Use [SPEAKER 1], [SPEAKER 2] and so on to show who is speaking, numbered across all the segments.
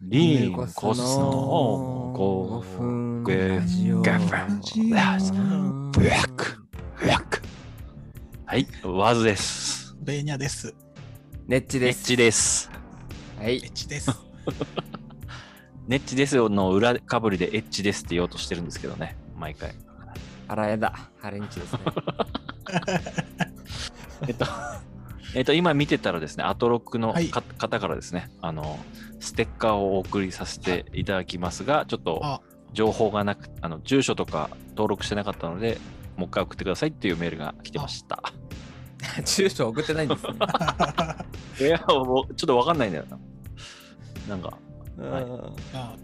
[SPEAKER 1] リンコスの5分ラジオ。ブラック、ブラック。はい、ワズです。
[SPEAKER 2] ベーニャです。
[SPEAKER 3] ネッチ
[SPEAKER 1] ネ
[SPEAKER 3] で
[SPEAKER 1] ッ
[SPEAKER 3] す。
[SPEAKER 1] チです。
[SPEAKER 3] は
[SPEAKER 2] エ
[SPEAKER 3] い
[SPEAKER 2] ッ。チです。
[SPEAKER 1] ネッチですよの裏かぶりでエッチですって言おうとしてるんですけどね、毎回。
[SPEAKER 3] あらやだ。ハレンチですね。
[SPEAKER 1] えっと、えっと、今見てたらですね、アトロックのか、
[SPEAKER 2] はい
[SPEAKER 1] 方からですね、あの、ステッカーをお送りさせていただきますが、ちょっと
[SPEAKER 2] あ
[SPEAKER 1] 情報がなく、あの、住所とか登録してなかったので、もう一回送ってくださいっていうメールが来てました。
[SPEAKER 3] 住所送ってないんです ね。
[SPEAKER 1] いや、もうちょっとわかんないんだよな。なんか、はい
[SPEAKER 3] うん
[SPEAKER 2] あ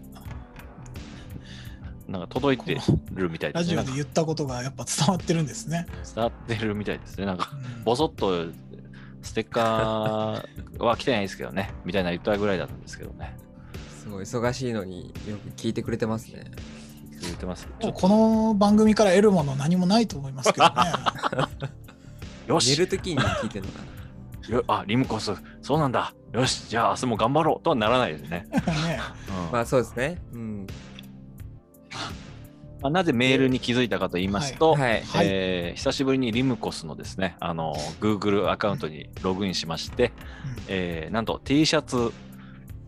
[SPEAKER 1] なんか届いてるみたいで
[SPEAKER 2] ラ
[SPEAKER 1] すね。
[SPEAKER 2] ジ
[SPEAKER 1] な
[SPEAKER 2] オ
[SPEAKER 1] ん
[SPEAKER 2] で
[SPEAKER 1] か
[SPEAKER 2] 言ったことがやっぱ伝わってるんですね。
[SPEAKER 1] 伝わってるみたいですね。なんか
[SPEAKER 2] う、ん
[SPEAKER 1] ぼそっとステッカーは来てないですけどね、みたいな言ったぐらいだったんですけどね。
[SPEAKER 3] すごい忙しいのによく聞いてくれてますね。
[SPEAKER 1] 続いてます。ちょ
[SPEAKER 2] もう
[SPEAKER 1] っ
[SPEAKER 2] この番組から得るもの何もないと思いますけどね。
[SPEAKER 1] とよ
[SPEAKER 3] 寝
[SPEAKER 1] し
[SPEAKER 3] るときに聞いてるのか
[SPEAKER 1] よあ、リムコス、そうなんだ。よし、じゃあ明日も頑張ろうとはならないです ね。
[SPEAKER 2] ね
[SPEAKER 1] ま
[SPEAKER 3] な。まあそうですね。うん。
[SPEAKER 1] あ、なぜメールに気づいたかと言いますと、
[SPEAKER 3] はい。
[SPEAKER 2] はい
[SPEAKER 1] えー久しぶりにリムコスのですね、あの、Google アカウントにログインしまして、えーなんと T シャツ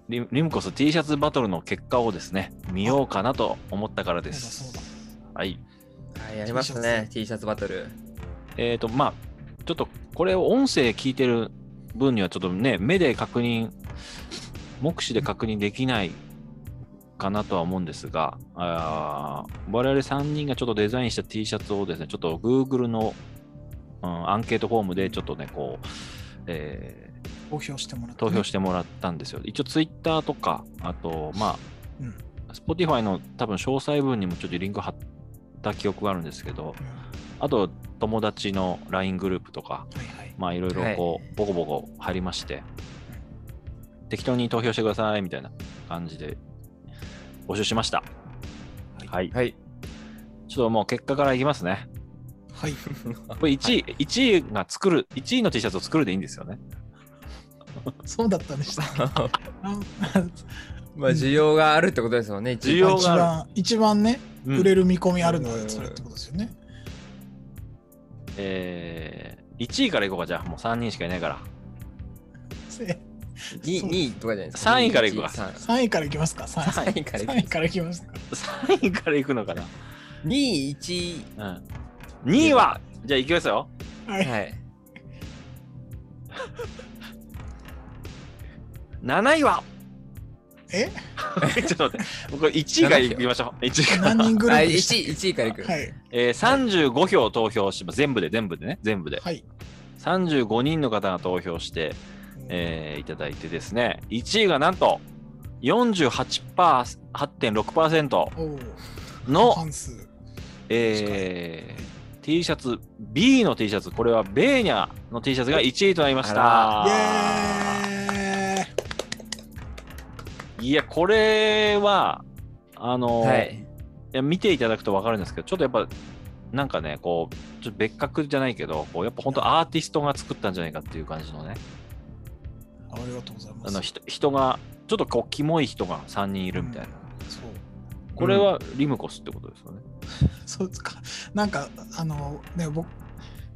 [SPEAKER 1] リム、リムコス T シャツバトルの結果をですね、見ようかなと思ったからで
[SPEAKER 2] そう
[SPEAKER 1] す
[SPEAKER 2] だ。
[SPEAKER 1] はい。
[SPEAKER 3] はい、やりましたね。T シャツバトル。
[SPEAKER 1] えっ、と、まあ、ちょっとこれを音声聞いてる分には、ちょっとね、目で確認、目視で確認できないかなとは思うんですが、あー我々3人がちょっとデザインした T シャツをですね、ちょっと Google の、うんアンケートフォームでちょっとね、こう、えー
[SPEAKER 2] 投票してもらって、
[SPEAKER 1] 投票してもらったんですよ。一応 Twitter とか、あと、まあ、
[SPEAKER 2] うん。うん
[SPEAKER 1] Spotify の多分詳細文にもちょっとリンク貼った記憶があるんですけど、あと友達の LINE グループとか、
[SPEAKER 2] はいはい。
[SPEAKER 1] まあいろいろこう、ボコボコ入りまして、適当に投票してくださいみたいな感じで募集しました。はい。
[SPEAKER 3] はい。
[SPEAKER 1] ちょっともう結果からいきますね。
[SPEAKER 2] はい。
[SPEAKER 1] これ1位、一位が作る、1位の T シャツを作るでいいんですよね。
[SPEAKER 2] そうだったんでした。あ
[SPEAKER 3] まあ需要があるってことですよね。
[SPEAKER 1] 需要
[SPEAKER 2] 一
[SPEAKER 1] がある
[SPEAKER 2] 番、一番ね、
[SPEAKER 1] うん
[SPEAKER 2] 売れる見込みあるのはそれってことですよね。
[SPEAKER 1] えー、1位からいこうか、じゃあ。もう3人しかいないから。
[SPEAKER 2] せ
[SPEAKER 3] 2
[SPEAKER 2] そう
[SPEAKER 3] 位とかじゃないです
[SPEAKER 1] 三位からいくわ
[SPEAKER 3] 3
[SPEAKER 2] 3位からいきますか。3
[SPEAKER 3] 位からいく
[SPEAKER 2] 位からいきますか。
[SPEAKER 1] 3位からいくのかな。
[SPEAKER 3] 2位、1
[SPEAKER 1] うん。2位は、じゃあいきますよ。
[SPEAKER 2] は
[SPEAKER 3] 位。
[SPEAKER 2] い。
[SPEAKER 3] はい。
[SPEAKER 1] 7位は
[SPEAKER 2] え
[SPEAKER 1] ちょっと待って。僕1位からいきましょう。1位から。
[SPEAKER 2] 何人グル
[SPEAKER 3] あ、
[SPEAKER 2] ー
[SPEAKER 3] 1
[SPEAKER 2] プでし
[SPEAKER 3] 位、1位からいく。
[SPEAKER 2] たはい。
[SPEAKER 1] えー、35票投票します。全部で、全部でね。全部で。
[SPEAKER 2] はい。
[SPEAKER 1] 35人の方が投票して、えーいただいてですね、1位がなんと48%、8.6%
[SPEAKER 2] おお。
[SPEAKER 1] の、
[SPEAKER 2] 半数。
[SPEAKER 1] えー T シャツ、B の T シャツ、これはベーニャの T シャツが1位となりまし
[SPEAKER 2] イ
[SPEAKER 1] た。
[SPEAKER 2] エーイ
[SPEAKER 1] いや、これは、あの、
[SPEAKER 3] はい。
[SPEAKER 1] いや見ていただくと分かるんですけど、ちょっとやっぱ、なんかね、こう、ちょっと別格じゃないけど、こうやっぱ本当アーティストが作ったんじゃないかっていう感じのね、
[SPEAKER 2] ありがとうございます。
[SPEAKER 1] あの人人が、ちょっとこう、キモい人が3人いるみたいな。
[SPEAKER 2] そう
[SPEAKER 1] これはリムコスってことですよね。
[SPEAKER 2] そうですか。なんか、あの、ね、僕、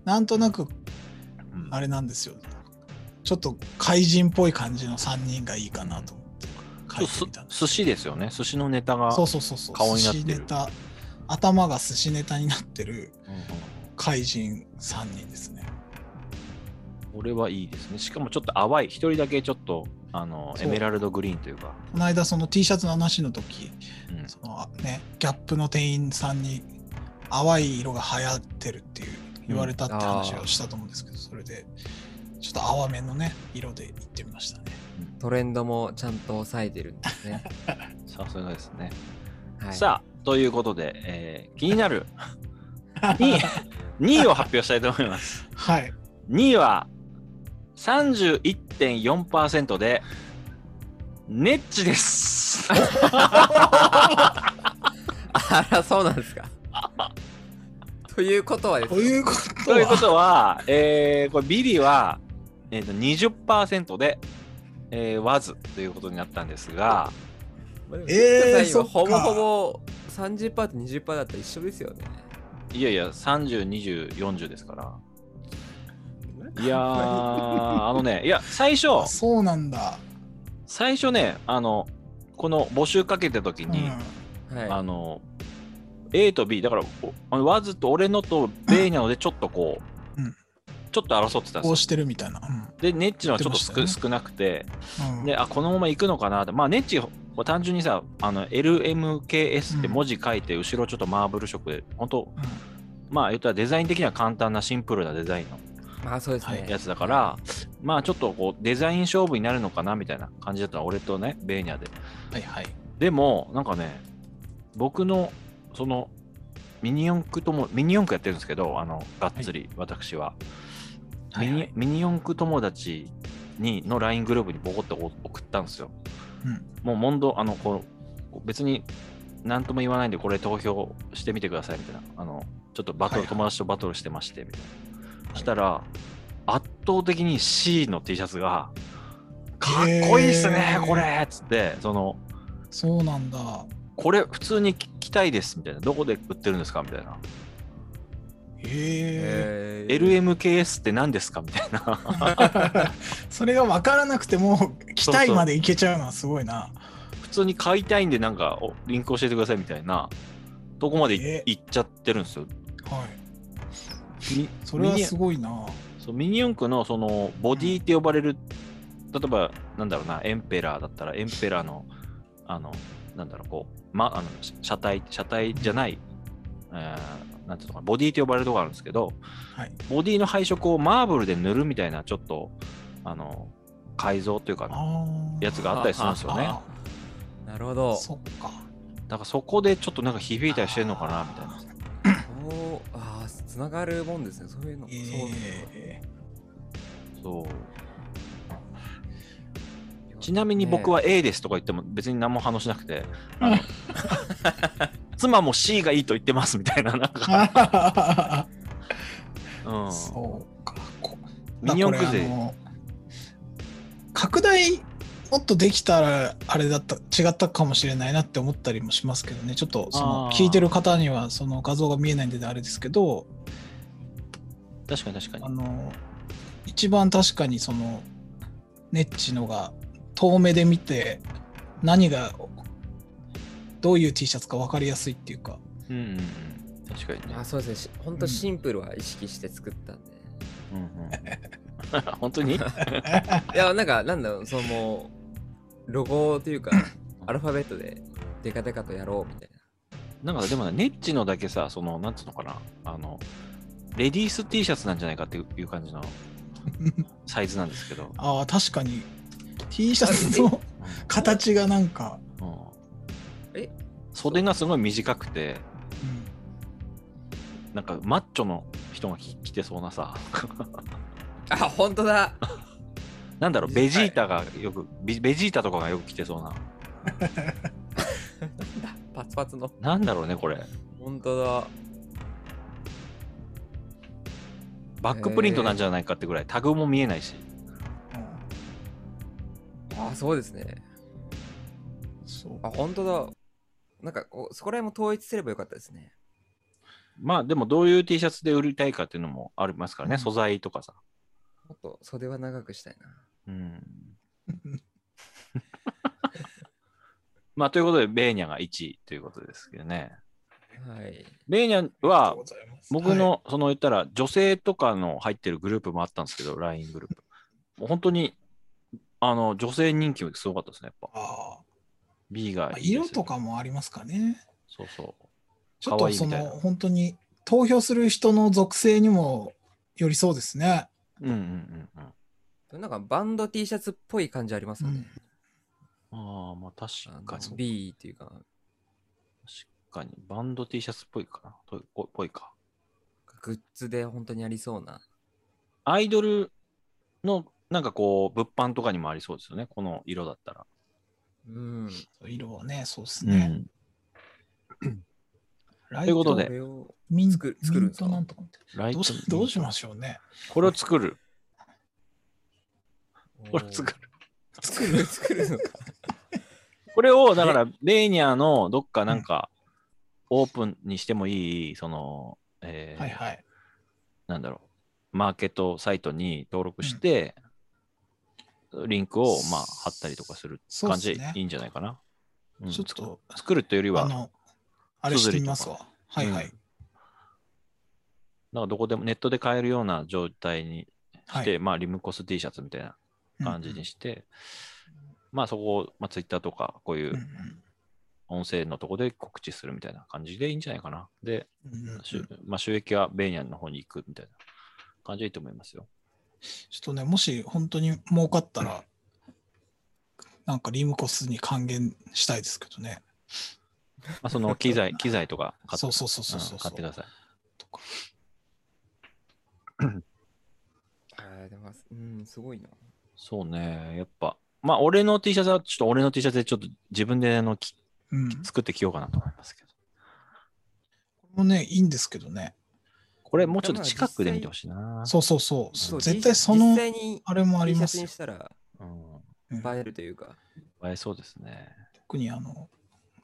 [SPEAKER 2] なんとなく、
[SPEAKER 1] うん
[SPEAKER 2] あれなんですよ。ちょっと怪人っぽい感じの3人がいいかなと思って書いてみたんです。
[SPEAKER 1] 寿司ですよね。寿司のネタが。
[SPEAKER 2] そうそうそうそう。
[SPEAKER 1] 顔になってる
[SPEAKER 2] 寿司ネタ、頭が寿司ネタになってる
[SPEAKER 1] うんうん
[SPEAKER 2] 怪人3人ですね。
[SPEAKER 1] これはいいですね。しかもちょっと淡い。一人だけちょっと、あの、
[SPEAKER 2] そ
[SPEAKER 1] エ
[SPEAKER 2] う
[SPEAKER 1] メラルドグリーンというか。
[SPEAKER 2] この間、その T シャツの話の時、
[SPEAKER 1] うん
[SPEAKER 2] そのね、ギャップの店員さんに淡い色が流行ってるっていう言われたって話をしたと思うんですけど、それでちょっと淡めのね色で行ってみましたね。
[SPEAKER 3] トレンドもちゃんと抑えてるんです ね。
[SPEAKER 1] さすがですね。
[SPEAKER 3] はい。
[SPEAKER 1] さあ、ということで、えー気になる 2, 位を発表したいと思います。
[SPEAKER 2] はい。
[SPEAKER 1] 2位は31.4%で、ネッチです。
[SPEAKER 3] あら、そうなんですか。 ということはです
[SPEAKER 2] と
[SPEAKER 3] ね
[SPEAKER 2] いうこと
[SPEAKER 1] というこ
[SPEAKER 2] は
[SPEAKER 1] とは、えーこれビリは、えー、と20%で、えー、わずということになったんですが、
[SPEAKER 3] まあでも
[SPEAKER 2] え
[SPEAKER 3] サイ
[SPEAKER 2] ー
[SPEAKER 3] ンは
[SPEAKER 2] そっ
[SPEAKER 3] ほ
[SPEAKER 2] か
[SPEAKER 3] ぼほぼ30%と20%だったら一緒ですよね。
[SPEAKER 1] いやいや、30、20、40ですから。いやー、
[SPEAKER 3] は
[SPEAKER 1] あのね、いや、最初、
[SPEAKER 2] あそうなんだ。
[SPEAKER 1] 最初ね、あの、この募集かけた時
[SPEAKER 2] うん
[SPEAKER 1] に、
[SPEAKER 3] い。
[SPEAKER 1] あの、A と B、だから、おあのわずと俺のと B なので、ちょっとこう、
[SPEAKER 2] うん
[SPEAKER 1] ちょっと争ってたんです
[SPEAKER 2] こ
[SPEAKER 1] よ
[SPEAKER 2] う。してるみたいな。
[SPEAKER 1] で、ネッチのはちょっと少,、
[SPEAKER 2] 言ってまし
[SPEAKER 1] 少なくて、
[SPEAKER 2] うんうん
[SPEAKER 1] で、あ、このまま行くのかなって、まあ、ネッチは単純にさ、あの、LMKS って文字書いて、後ろちょっとマーブル色で、本当
[SPEAKER 2] うん
[SPEAKER 1] まあ、言ったらデザイン的には簡単なシンプルなデザインの
[SPEAKER 3] まあそうですね。
[SPEAKER 1] やつだから、まあちょっとこうデザイン勝負になるのかなみたいな感じだったの俺とねベーニャで
[SPEAKER 2] はいはい。
[SPEAKER 1] でもなんかね僕のそのミニ四駆ともミニ四駆やってるんですけどあのがっつり私は、
[SPEAKER 2] はい
[SPEAKER 1] ミ
[SPEAKER 2] は
[SPEAKER 1] ニミニ四駆友達にの LINE グループにボコッと送ったんですよ、
[SPEAKER 2] うん
[SPEAKER 1] もう問答あのこう別に何とも言わないんでこれ投票してみてくださいみたいなあのちょっとバトル、
[SPEAKER 2] はいはい
[SPEAKER 1] 友達とバトルしてましてみたいな、
[SPEAKER 2] い
[SPEAKER 1] したら圧倒的に C の T シャツがかっこいいっすね
[SPEAKER 2] へー
[SPEAKER 1] これっつってその
[SPEAKER 2] そうなんだ。
[SPEAKER 1] これ普通に着たいですみたいなどこで売ってるんですかみたいな、
[SPEAKER 2] へえ。
[SPEAKER 3] えー
[SPEAKER 1] LMKS って何ですかみたいな
[SPEAKER 2] それが分からなくても、期待までいけちゃうのはすごいな。
[SPEAKER 1] 普通に買いたいんでなんかおリンク教えてくださいみたいなとこまでい
[SPEAKER 2] え
[SPEAKER 1] 行っちゃってるんですよ
[SPEAKER 2] はい。
[SPEAKER 1] み
[SPEAKER 2] それは
[SPEAKER 1] ミニ
[SPEAKER 2] すごいな。
[SPEAKER 1] そうミニ四駆のそのボディって呼ばれる、例えばなんだろうなエンペラーだったらエンペラーのあのなんだろうこう、ま、あのし車体車体じゃない、えーなんていうのかなボディって呼ばれるとこがあるんですけど
[SPEAKER 2] はい。
[SPEAKER 1] ボディの配色をマーブルで塗るみたいなちょっとあの改造というか
[SPEAKER 2] ああ。
[SPEAKER 1] やつがあったりするんですよね
[SPEAKER 2] あ
[SPEAKER 3] なるほ
[SPEAKER 2] ー
[SPEAKER 3] ど。
[SPEAKER 2] そっか。
[SPEAKER 1] だからそこでちょっとなんか響いたりしてるのかなみたいな
[SPEAKER 3] そうああ、つながるもんですね。そういうの。そう
[SPEAKER 2] え
[SPEAKER 1] そうちなみに僕は A ですとか言っても別に何も反応しなくて、あ の妻も C がいいと言ってますみたいななんか、
[SPEAKER 2] ー
[SPEAKER 1] うん、
[SPEAKER 2] そうか。こ
[SPEAKER 1] ミニ四駆
[SPEAKER 2] だから
[SPEAKER 1] 勢
[SPEAKER 2] これあの拡大もっとできたらあれだった違ったかもしれないなって思ったりもしますけどねちょっとその
[SPEAKER 1] あー
[SPEAKER 2] 聞いてる方にはその画像が見えないんであれですけど
[SPEAKER 1] 確かに確か
[SPEAKER 2] あ
[SPEAKER 1] に
[SPEAKER 2] の一番確かにそのネッチのが遠目で見て何がどういう T シャツか分かりやすいっていうか
[SPEAKER 1] うんうんうん確かにね
[SPEAKER 3] あ、そうですね。しほんとシンプルは意識して作ったんで。
[SPEAKER 1] うんうん 本当に
[SPEAKER 3] いや、なんか、なんだろう、そのもう、ロゴという か、アルファベットで、デカデカとやろうみたいな。
[SPEAKER 1] なんかでもねネッチのだけさそのなんつうのかなあのレディース T シャツなんじゃないかっていう感じのサイズなんですけど、
[SPEAKER 2] ああ確かに T シャツの形がなんか、
[SPEAKER 1] うんうん
[SPEAKER 3] え
[SPEAKER 1] 袖がすごい短くて
[SPEAKER 2] うん
[SPEAKER 1] なんかマッチョの人が着着てそうなさ
[SPEAKER 3] あ、ほんとだ
[SPEAKER 1] なんだろう
[SPEAKER 3] 短い
[SPEAKER 1] ベジータがよくベベジータとかがよく着てそうな
[SPEAKER 3] パツパツの。
[SPEAKER 1] なんだろうねこれ
[SPEAKER 3] ほんとだ。
[SPEAKER 1] バックプリントなんじゃないかってぐらいタグも見えないし
[SPEAKER 2] うん
[SPEAKER 3] あ、そうですね。
[SPEAKER 2] そう
[SPEAKER 3] あ、ほんとだ。なんかこう、そこら辺も統一すればよかったですね。
[SPEAKER 1] まあでもどういう T シャツで売りたいかっていうのもありますからね、
[SPEAKER 2] うん
[SPEAKER 1] 素材とかさ、
[SPEAKER 3] もっと袖は長くしたいな。
[SPEAKER 1] うん、まあということでベーニャが1ということですけどね
[SPEAKER 3] はい。
[SPEAKER 1] ベーニャ
[SPEAKER 2] あ りがと
[SPEAKER 1] は
[SPEAKER 2] うございます
[SPEAKER 1] 僕の、その言ったら女性とかの入ってるグループもあったんですけど LINE グループもう本当にあの女性人気すごかったですねやっぱ
[SPEAKER 2] ああ
[SPEAKER 1] B がいいですよ
[SPEAKER 2] 色とかもありますかね。
[SPEAKER 1] そうそう
[SPEAKER 2] ちょっとそ
[SPEAKER 1] 可愛いみ
[SPEAKER 2] の
[SPEAKER 1] たいな
[SPEAKER 2] 本当に投票する人の属性にもよりそうですね。
[SPEAKER 1] うんうんうんうん
[SPEAKER 3] なんかバンド T シャツっぽい感じありますよね。
[SPEAKER 1] ああまあ
[SPEAKER 3] あ
[SPEAKER 1] 確か
[SPEAKER 3] の
[SPEAKER 1] に
[SPEAKER 3] B っていうか、
[SPEAKER 1] 確かにバンド T シャツっぽいかなとぽぽいか
[SPEAKER 3] グッズで本当にありそうな。
[SPEAKER 1] アイドルのなんかこう物販とかにもありそうですよねこの色だったら、
[SPEAKER 3] うん。
[SPEAKER 2] 色はね、そうですね。
[SPEAKER 1] と
[SPEAKER 2] ライ
[SPEAKER 1] いうこと
[SPEAKER 2] ト
[SPEAKER 1] で
[SPEAKER 3] これを
[SPEAKER 2] ミン
[SPEAKER 3] 作る作るん
[SPEAKER 2] ミン
[SPEAKER 3] ですか
[SPEAKER 2] トなんとかみたい
[SPEAKER 1] ラ
[SPEAKER 2] な
[SPEAKER 1] イ
[SPEAKER 2] ど
[SPEAKER 1] ト
[SPEAKER 2] うしどうしましょうね。
[SPEAKER 1] これを作るこれを
[SPEAKER 3] おー
[SPEAKER 1] 作る
[SPEAKER 3] 作る、作るのか。
[SPEAKER 1] これを、だから、レーニャのどっかなんか、オープンにしてもいい、その、えー
[SPEAKER 2] はいはい。
[SPEAKER 1] なんだろう、マーケットサイトに登録して、リンクを、まあ、貼ったりとかする
[SPEAKER 2] そうっ
[SPEAKER 1] 感
[SPEAKER 2] す
[SPEAKER 1] じ
[SPEAKER 2] ね
[SPEAKER 1] でいいんじゃないかな。うん
[SPEAKER 2] ちょっと、
[SPEAKER 1] 作るというより
[SPEAKER 2] あ
[SPEAKER 1] は、
[SPEAKER 2] の、あれしてみますわ。はいはい。
[SPEAKER 1] なんかどこでもネットで買えるような状態にし
[SPEAKER 2] はい
[SPEAKER 1] て、まあ、リムコス T シャツみたいな感じにして、まあ、そこを、まあ、ツイッターとか、こうい
[SPEAKER 2] うんう
[SPEAKER 1] うん音声のとこで告知するみたいな感じでいいんじゃないかな。で、
[SPEAKER 2] うんうんうん
[SPEAKER 1] しゅ
[SPEAKER 2] ちょ
[SPEAKER 1] まあ、収益はベーニャンの方に行くみたいな感じでいいと思いますよ。
[SPEAKER 2] っとね、もし本当に儲かったら、なんかリムコスに還元したいですけどね。
[SPEAKER 1] まあ、その機材、機材とか買っ
[SPEAKER 2] そうそうそうそう
[SPEAKER 1] う
[SPEAKER 2] そ
[SPEAKER 1] ん
[SPEAKER 2] う。
[SPEAKER 1] 買ってください。
[SPEAKER 2] とか
[SPEAKER 3] あーでも、うん、すごいな。
[SPEAKER 1] そうね、やっぱ。まあ、俺の T シャツは、ちょっと俺の T シャツでちょっと自分であのき
[SPEAKER 2] うん。
[SPEAKER 1] 作ってきようかなと思いますけど。
[SPEAKER 2] これもね、いいんですけどね。
[SPEAKER 1] これもうちょっと近くで見てほしいな。
[SPEAKER 2] そうそうそう。
[SPEAKER 3] そう
[SPEAKER 2] 絶
[SPEAKER 3] 実
[SPEAKER 2] 対その
[SPEAKER 3] 実、際に
[SPEAKER 2] あれもあり
[SPEAKER 3] T シ
[SPEAKER 2] ま
[SPEAKER 3] ャツ
[SPEAKER 2] す
[SPEAKER 3] に
[SPEAKER 2] よ。
[SPEAKER 3] したら
[SPEAKER 1] うん。
[SPEAKER 2] うん
[SPEAKER 3] 映えるというか。
[SPEAKER 1] 映えそうですね。
[SPEAKER 2] 特にあの、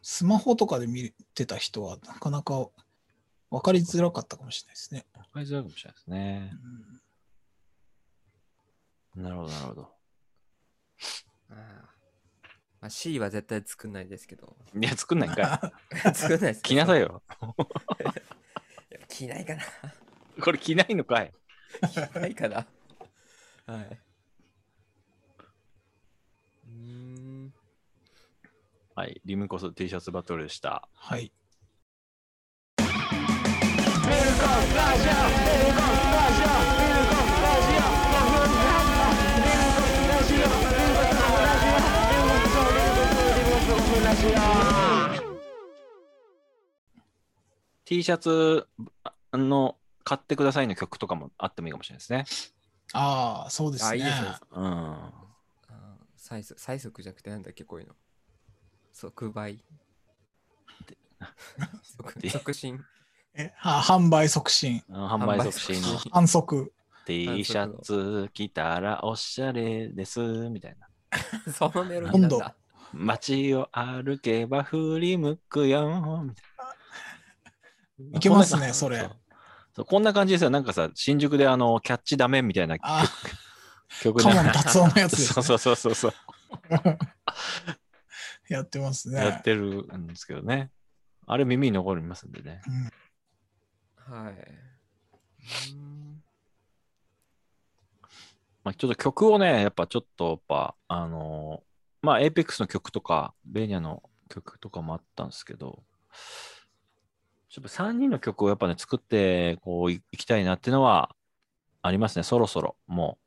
[SPEAKER 2] スマホとかで見てた人は、なかなか分かりづらかったかもしれないですね。
[SPEAKER 1] わかりづらいかもしれないですね
[SPEAKER 2] う。ん
[SPEAKER 1] なるほど、なるほど。
[SPEAKER 3] あーまあ、C は絶対作んないですけど。
[SPEAKER 1] いや、作んないんか
[SPEAKER 3] 作んないです
[SPEAKER 1] い。着なさい。 よ。
[SPEAKER 3] やっぱ着ない かな。
[SPEAKER 1] これ着ないのかい。
[SPEAKER 3] 着ないかな。はい。うーん。
[SPEAKER 1] はい。リムコス T シャツバトルでした。
[SPEAKER 2] はい。
[SPEAKER 1] T シャツあの買ってくださいの曲とかもあってもいいかもしれないですね。
[SPEAKER 2] ああ、そうです
[SPEAKER 3] あ
[SPEAKER 2] ね。
[SPEAKER 3] いいですね
[SPEAKER 1] うん。
[SPEAKER 3] あー催促催促じゃなくてなんだっけこういうの。即売。
[SPEAKER 1] で
[SPEAKER 3] 即促進。
[SPEAKER 2] えは販売促進、
[SPEAKER 1] 販売促進の
[SPEAKER 3] 販売促進
[SPEAKER 2] 反則。
[SPEAKER 1] T シャツ着たらおしゃれですみたいな。
[SPEAKER 3] そのメロディーなんだ。
[SPEAKER 1] 街を歩けば振り向くよみたいな。
[SPEAKER 2] いけますね
[SPEAKER 1] こんな
[SPEAKER 2] それ
[SPEAKER 1] うそうこんな感じですよ。なんかさ、新宿であの、キャッチダメみたいな
[SPEAKER 2] あ
[SPEAKER 1] 曲
[SPEAKER 2] あ、
[SPEAKER 1] な
[SPEAKER 2] カ
[SPEAKER 1] ん
[SPEAKER 2] モ
[SPEAKER 1] か
[SPEAKER 2] ン達夫のやつで
[SPEAKER 1] そ
[SPEAKER 2] す
[SPEAKER 1] うそうそうそうそう、
[SPEAKER 2] やってます
[SPEAKER 1] やっ
[SPEAKER 2] ね。
[SPEAKER 1] てるんですけどね。あれ耳に残りますんでね。
[SPEAKER 2] うん
[SPEAKER 3] はい。うーん
[SPEAKER 1] まあ、ちょっと曲をね、やっぱちょっと、やっぱ、あのーまあ、APEX の曲とか、ベーニャの曲とかもあったんですけど、ちょっと3人の曲をやっぱね、作って、こう、いいきたいなっていうのはありますね、そろそろ、も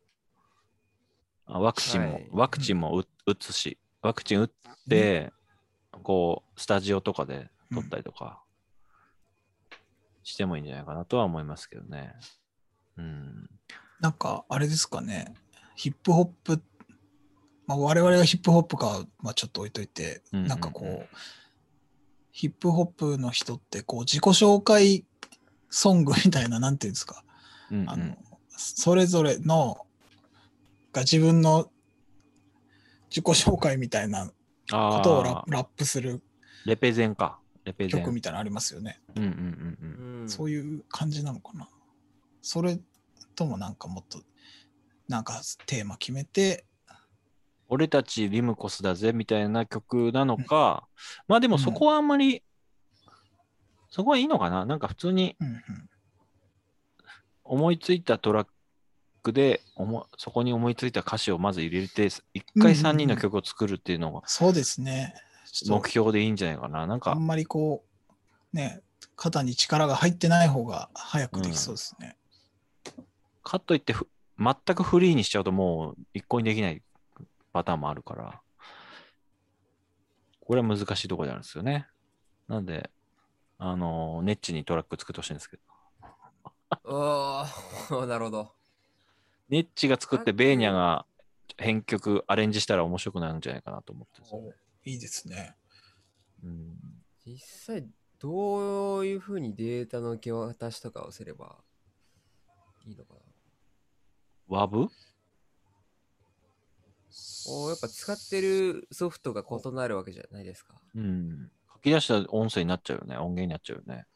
[SPEAKER 1] う。あワクチンも、
[SPEAKER 3] はい
[SPEAKER 1] ワクチンもう打つし、ワクチン打って、こう、スタジオとかで撮ったりとか、してもいいんじゃないかなとは思いますけどね。うん。
[SPEAKER 2] なんか、あれですかね。ヒップホップ、まあ、我々がヒップホップかは、まあ、ちょっと置いといて、
[SPEAKER 1] うんうんうん
[SPEAKER 2] なんかこう、ヒップホップの人って、こう、自己紹介ソングみたいな、なんていうんですか。
[SPEAKER 1] うんうん
[SPEAKER 2] あの、それぞれの、が自分の自己紹介みたいな
[SPEAKER 1] あー
[SPEAKER 2] ことをララップする
[SPEAKER 1] レペゼンか。レペゼン。
[SPEAKER 2] 曲みたいなのありますよね。
[SPEAKER 1] うんうんう
[SPEAKER 3] うんん
[SPEAKER 2] そういう感じなのかな。それともなんかもっと、なんかテーマ決めて、
[SPEAKER 1] 俺たちリムコスだぜみたいな曲なのか、まあでもそこはあんまり、そこはいいのかななんか普通に
[SPEAKER 2] うんうん、
[SPEAKER 1] 思いついたトラックでおもそこに思いついた歌詞をまず入れて一回3人の曲を作るっていうのが
[SPEAKER 2] そうですね。ちょっ
[SPEAKER 1] 目
[SPEAKER 2] と
[SPEAKER 1] 標でいいんじゃないかななん
[SPEAKER 2] あ
[SPEAKER 1] か
[SPEAKER 2] んまりこう、ね、肩に力が入ってない方が早くできそうですね。
[SPEAKER 1] かといってふ全くフリーにしちゃうともう一向にできないパターンもあるから、これは難しいところであるんですよね。なんで、あのーネッチにトラック作ってほしいんですけど、
[SPEAKER 3] おー なるほど。
[SPEAKER 1] ネッチが作って
[SPEAKER 3] あ
[SPEAKER 1] ベーニャが編曲、アレンジしたら面白くなるんじゃないかなと思ってるんですよ、
[SPEAKER 2] いいですね。
[SPEAKER 1] うん
[SPEAKER 3] 実際どういうふうにデータの受け渡しとかをすればいいのかな
[SPEAKER 1] ワブ
[SPEAKER 3] おやっぱ使ってるソフトが異なるわけじゃないですか。
[SPEAKER 1] うん。書き出した音声になっちゃうよね。音源になっちゃうよね。